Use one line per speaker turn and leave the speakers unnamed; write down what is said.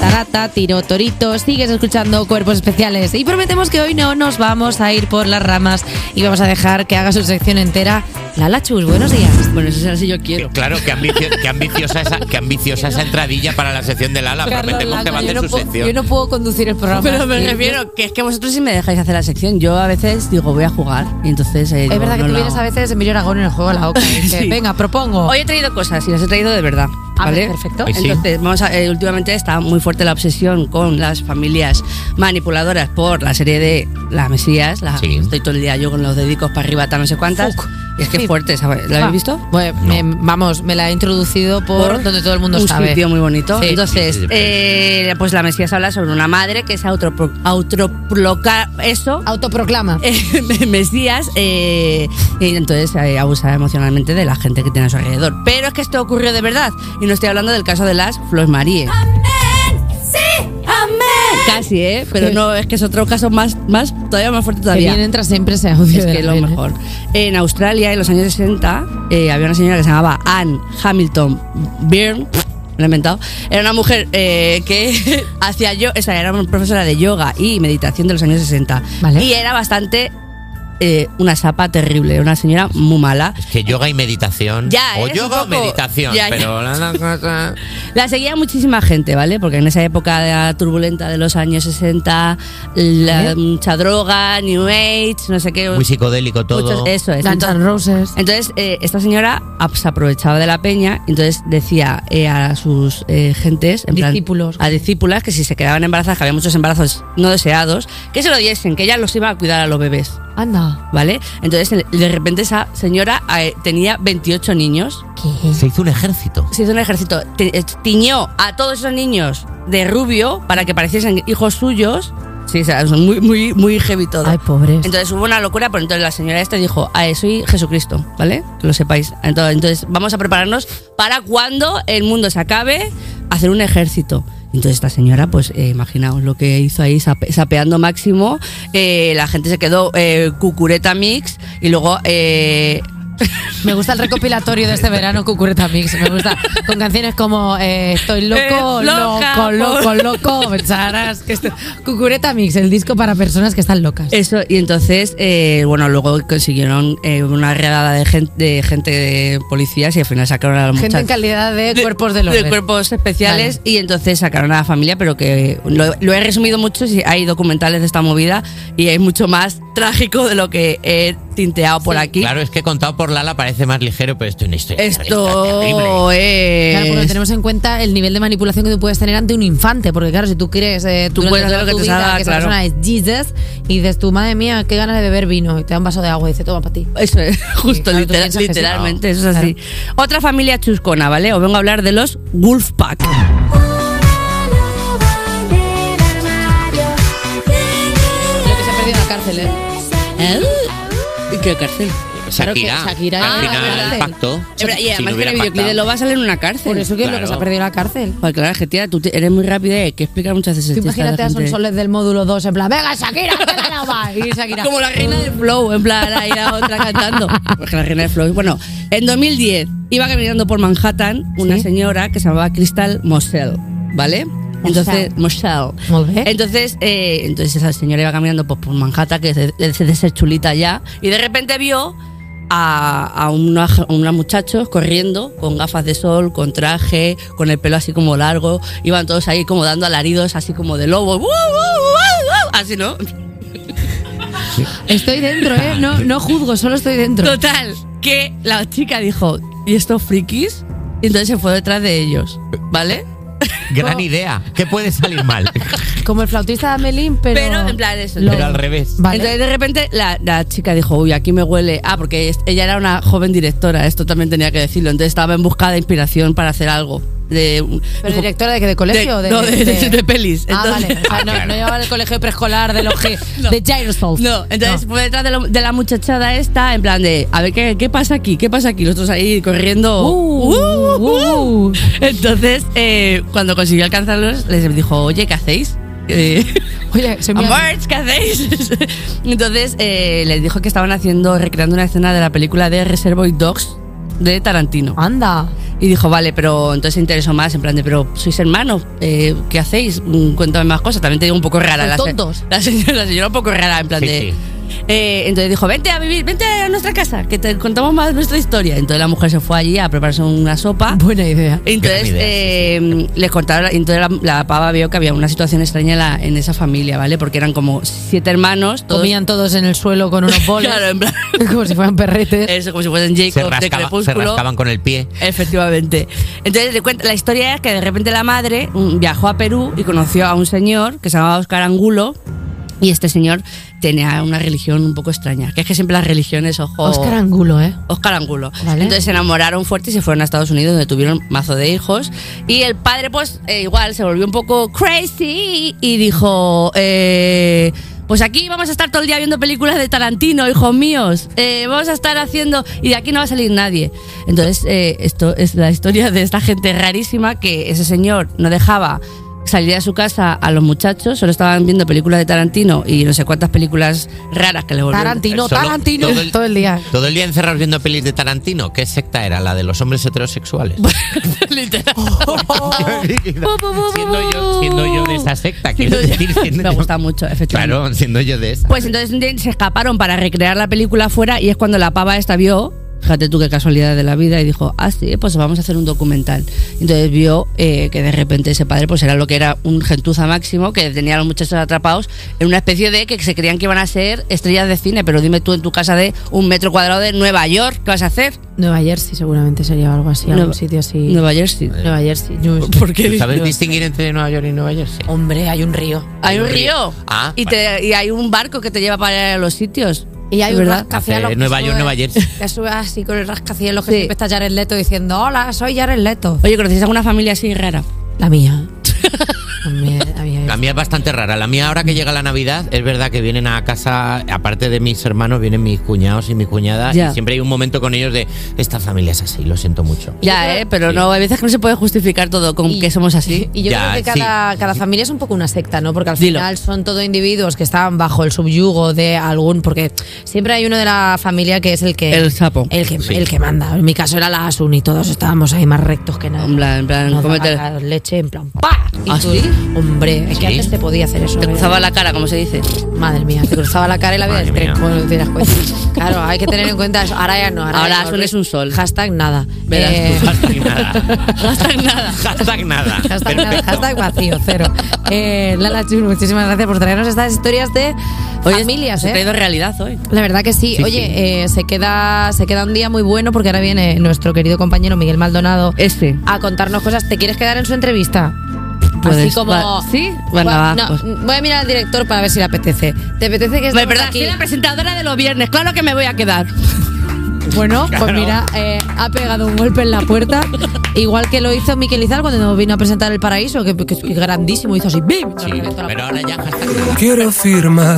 Tarata, Tiro Torito, sigues escuchando Cuerpos Especiales y prometemos que hoy no nos vamos a ir por las ramas y vamos a dejar que haga su sección entera. Lala Chus, buenos días.
Bueno, eso será si yo quiero.
Claro, qué, ambicio- qué ambiciosa, esa, qué ambiciosa esa entradilla para la sección de Lala.
Carlos
Prometemos que va a
Lama, yo,
hacer
no
su
puedo,
sección.
yo no puedo conducir el programa.
Pero me
Sí,
refiero que es que vosotros sí me dejáis hacer la sección. Yo a veces digo, voy a jugar. Y entonces. eh,
Es
digo,
verdad que
no
tú
la
vienes
hago.
a veces Emilio Aragón en el juego de la OCA. y dice,
Sí.
Venga, propongo.
Hoy he traído cosas y las he traído de verdad.
Ah,
¿Vale?
perfecto.
Ay, sí.
Entonces, vamos a- eh, últimamente está muy fuerte la obsesión con las familias manipuladoras por la serie de La Mesías. La,
Sí.
Estoy todo el día yo con los dedicos para arriba, tal, no sé cuántas.
Fuc.
Y es que
Sí.
es fuerte, ¿sabes? ¿La
Ah,
habéis visto?
bueno, me- vamos, me la he introducido por, donde todo el mundo
un
sabe.
sitio muy bonito.
Sí.
Entonces,
Sí, sí, sí.
eh, pues la Mesías habla sobre una madre que se autopro, autoproca- eso
Autoproclama.
eh, Mesías eh, y entonces eh, abusa emocionalmente de la gente que tiene a su alrededor. Pero es que esto ocurrió de verdad y no estoy hablando del caso de las Flores Marie. Casi, ¿eh? Pero no, es que es otro caso más, más todavía más fuerte
que
todavía.
bien entra siempre ese audio.
Es
de
que
la
lo
tele.
mejor. En Australia, en los años 60, eh, había una señora que se llamaba Anne Hamilton Byrne. Lo he inventado. Era una mujer eh, que hacía yo, o sea, era una profesora de yoga y meditación de los años 60.
Vale.
Y era bastante eh, una sapa terrible, una señora muy mala.
Es que yoga y meditación.
Ya,
o
es un
yoga o
poco-
meditación.
ya, ya.
pero la cosa-
La seguía muchísima gente, ¿vale? Porque en esa época de- turbulenta de los años 60, la-
¿Eh?
mucha droga, New Age, no sé qué.
Muy psicodélico todo.
muchos- eso es.
Guns N' Roses.
Entonces, eh, esta señora ap- se aprovechaba de la peña, entonces decía eh, a sus eh, gentes, en plan,
Discípulos.
a discípulas, que si se quedaban embarazadas, que había muchos embarazos no deseados, que se lo diesen, que ella los iba a cuidar a los bebés,
Anda.
¿vale? Entonces, de repente esa señora eh, tenía 28 niños,
¿Qué?
Se hizo un ejército.
se hizo un ejército, te- eh, tiñó a todos esos niños de rubio para que pareciesen hijos suyos. Sí, o sea, son muy, muy, muy heavy todo.
Ay, pobres.
Entonces hubo una locura, pero entonces la señora esta dijo, "Ah, eh, soy Jesucristo, ¿vale? Que lo sepáis. Entonces, entonces vamos a prepararnos para cuando el mundo se acabe, hacer un ejército. Entonces esta señora, pues eh, imaginaos lo que hizo ahí, sape- sapeando máximo, eh, la gente se quedó eh, cucureta mix y luego... eh,
Me gusta el recopilatorio de este verano Cucureta Mix. Me gusta con canciones como eh, Estoy loco,
Eh, loca,
loco, loco,
por-
loco. Pensarás que esto- Cucureta Mix, el disco para personas que están locas.
Eso, y entonces, eh, bueno, luego consiguieron eh, una redada de gente, de gente de policías y al final sacaron a la
Gente en
muchacha.
calidad de, cuerpos del orden.
de cuerpos especiales
Vale.
y entonces sacaron a la familia, pero que lo, lo he resumido mucho, si hay documentales de esta movida y es mucho más trágico de lo que he tinteado por aquí.
Claro, es que contado por Lala parece más ligero, pero esto es una historia. terrible.
Esto es...
Claro, porque tenemos en cuenta el nivel de manipulación que tú puedes tener ante un infante, porque claro, si tú crees eh,
Tú
durante
puedes hacer
toda
lo que
tu
te
vida
salga,
que esa
claro.
persona es Jesus y dices tú, madre mía, qué ganas de beber vino y te da un vaso de agua y dice, toma para ti.
Eso es, justo,
claro, tú
literal-
piensas que sí.
literalmente, eso es
Claro.
así. Otra familia chuscona, ¿vale? Os vengo a hablar de los Wolfpack.
Lo que se ha perdido en la cárcel, ¿eh?
¿Y qué cárcel?
Shakira.
Claro que Shakira
al
era
final,
grande.
pacto.
Y
Si no
además que en
hubiera
el videoclip
pactado.
de Loba sale en una cárcel.
Por eso que es lo que
Claro.
se ha perdido en la cárcel.
Pues claro, es que tía, tú te- eres muy rápida y hay que explicar muchas veces.
Tú
esto a la
imagínate a
gente.
Sonsoles del módulo 2 en plan, venga, Shakira, que la va. Y Shakira.
Como la reina del flow, en plan, ahí la otra cantando. Porque la reina del flow. Bueno, en 2010 iba caminando por Manhattan una
Sí.
señora que se llamaba Crystal Moselle, ¿vale? Entonces, Moselle.
Molt bé.
Entonces, eh, entonces esa señora iba caminando por, por Manhattan, que se de, ser chulita ya, y de repente vio a, a unos, a unos muchachos corriendo con gafas de sol, con traje, con el pelo así como largo, iban todos ahí como dando alaridos así como de lobo, ¡Uh, ¡Wow, wow, wow, wow! uh! así, ¿no?
Estoy dentro, ¿eh? No, no juzgo, solo estoy dentro.
Total, que la chica dijo, ¿y estos frikis? Y entonces se fue detrás de ellos, ¿vale?
Gran idea. ¿Qué puede salir mal?
Como el flautista de Amelín, pero.
Pero, en plan, eso.
Lo-
Pero al revés.
Vale.
Entonces de repente la, la chica dijo, uy, aquí me huele. Ah, porque es- ella era una joven directora, esto también tenía que decirlo. Entonces estaba en busca de inspiración para hacer algo. De,
¿Pero
dijo,
directora de qué? ¿De colegio? o
de, no, de, de- de pelis.
Ah,
Entonces-
vale. O sea, no,
Claro.
no llevaba el colegio preescolar de los G- de Gyrosols.
No, entonces fue detrás de, lo- de la muchachada esta, en plan de, a ver, ¿qué, qué pasa aquí? ¿Qué pasa aquí? Los otros ahí corriendo.
Uh,
Uh, uh.
uh.
Entonces, eh, cuando consiguió alcanzarlos, les dijo, oye, ¿qué hacéis? Eh,
Oye, se me ha-
Amorts, ¿qué hacéis? Entonces, eh, les dijo que estaban haciendo, recreando una escena de la película de Reservoir Dogs. de Tarantino.
Anda.
Y dijo, vale, pero entonces se interesó más, en plan de, pero sois hermanos, eh, ¿qué hacéis? Mm, Cuéntame más cosas. También te digo un poco rara.
Son
La, se-
tontos.
La señora, la señora un poco rara, en plan
Sí,
de...
sí.
eh, entonces dijo, vente a vivir, vente a nuestra casa, que te contamos más nuestra historia. Entonces la mujer se fue allí a prepararse una sopa.
Buena idea.
Entonces,
Gran idea,
eh, les cortaron. la- Entonces, la, la pava vio que había una situación extraña en, la- en esa familia, ¿vale? Porque eran como siete hermanos, todos.
Comían todos en el suelo con unos boles.
Claro, Eh, en plan.
Como si fueran perretes.
Eso, como si fuesen
Se,
Jacob de
rascaba- se
Crepúsculo.
rascaban con el pie.
Efectivamente. Entonces, le cuenta- la historia es que de repente la madre mm, viajó a Perú y conoció a un señor que se llamaba Oscar Angulo. Y este señor tenía una religión un poco extraña. Que es que siempre las religiones, ojo.
Oscar Angulo, ¿eh?
Oscar Angulo.
Vale.
Entonces se enamoraron fuerte y se fueron a Estados Unidos donde tuvieron mazo de hijos. Y el padre pues eh, igual se volvió un poco crazy y dijo, eh, pues aquí vamos a estar todo el día viendo películas de Tarantino, hijos míos. Eh, vamos a estar haciendo... Y de aquí no va a salir nadie. Entonces eh, esto es la historia de esta gente rarísima que ese señor no dejaba salir a su casa a los muchachos, solo estaban viendo películas de Tarantino y no sé cuántas películas raras que le volvieron.
Tarantino,
Solo-
Tarantino. Todo el, día.
Todo el día encerrados viendo pelis de Tarantino. ¿Qué secta era? La de los hombres heterosexuales.
Literal.
Oh.
Oh.
siendo, yo, siendo yo de esa secta. quiero
Siendo yo-
decir, siendo
Me
yo-
gusta mucho, efectivamente.
Claro, siendo yo de esa.
Pues entonces un día se escaparon para recrear la película afuera y es cuando la pava esta vio, fíjate tú qué casualidad de la vida, y dijo, ah, sí, pues vamos a hacer un documental. Entonces vio eh, que de repente ese padre pues era lo que era un gentuza máximo, que tenía a los muchachos atrapados en una especie de que se creían que iban a ser estrellas de cine, pero dime tú en tu casa de un metro cuadrado de Nueva York, ¿qué vas a hacer?
Nueva Jersey seguramente sería algo así, algún
Nueva-
sitio así.
Nueva Jersey.
Eh,
Nueva Jersey.
¿Por qué?
¿Tú ¿Sabes
Dios.
distinguir entre Nueva York y Nueva Jersey?
Hombre, hay un río.
Hay un río
Ah,
y, te- y hay un barco que te lleva para los sitios.
Y hay
Es
un
verdad.
rascacielos.
Hace
que
Nueva York,
sube-
Nueva Jersey.
Que sube así con el rascacielos que
Sí.
siempre está Jared Leto diciendo: Hola, soy Jared Leto.
Oye, ¿conocéis alguna familia así rara?
La mía. La mía, la mía.
La mía es bastante rara. La mía ahora que llega la Navidad, es verdad que vienen a casa, aparte de mis hermanos, vienen mis cuñados y mi cuñada.
Ya.
Y siempre hay un momento con ellos de, esta familia es así, lo siento mucho.
Ya, ¿eh? Pero no, hay veces que no se puede justificar todo con
Y-
que somos así.
Y yo
Ya,
creo que cada,
sí.
cada familia es un poco una secta, ¿no? Porque al
Dilo.
final son todo individuos que están bajo el subyugo de algún. Porque siempre hay uno de la familia que es el que.
El sapo.
El que,
Sí.
el que manda. En mi caso era la Asun y todos estábamos ahí más rectos que nada.
En plan, en plan,
Nos daba
cómete-
la leche en plan ¡pa! Y
¿Ah,
tú,
sí?
Hombre, es que
Sí.
antes te podía hacer eso.
Te
¿eh?
cruzaba la cara, como se dice.
Madre mía, te cruzaba la cara y la vida
Madre
del tren,
mía.
como no te das cuenta. Claro, hay que tener en cuenta eso. Ahora ya no. Ahora,
Ahora
ya
Asun
volví.
es un sol.
Hashtag nada.
Verás
Eh,
tú.
Hashtag nada.
Hashtag nada.
Hashtag nada.
Hashtag, nada,
Perfecto.
hashtag vacío, cero. Eh, Lala Chus, muchísimas gracias por traernos estas historias de familias,
se te ha
¿eh?
ido realidad hoy.
La verdad que sí.
Sí,
Oye,
sí.
eh, se, queda, se queda un día muy bueno porque ahora viene nuestro querido compañero Miguel Maldonado
Este.
a contarnos cosas. ¿Te quieres quedar en su entrevista? Así
Puedes,
como...
va- ¿sí? Bueno,
Gua-
va,
no,
pues.
voy a mirar al director para ver si le apetece. ¿Te apetece que
Me
estemos
verdad,
aquí?
soy la presentadora de los viernes, claro que me voy a quedar.
Bueno, pues mira, eh, ha pegado un golpe en la puerta, igual que lo hizo Miquel Izal cuando nos vino a presentar El Paraíso, que, que es grandísimo, hizo así, ¡bim! Nos
Sí,
reventó la
pero ahora ya hashtag
Quiero firmar.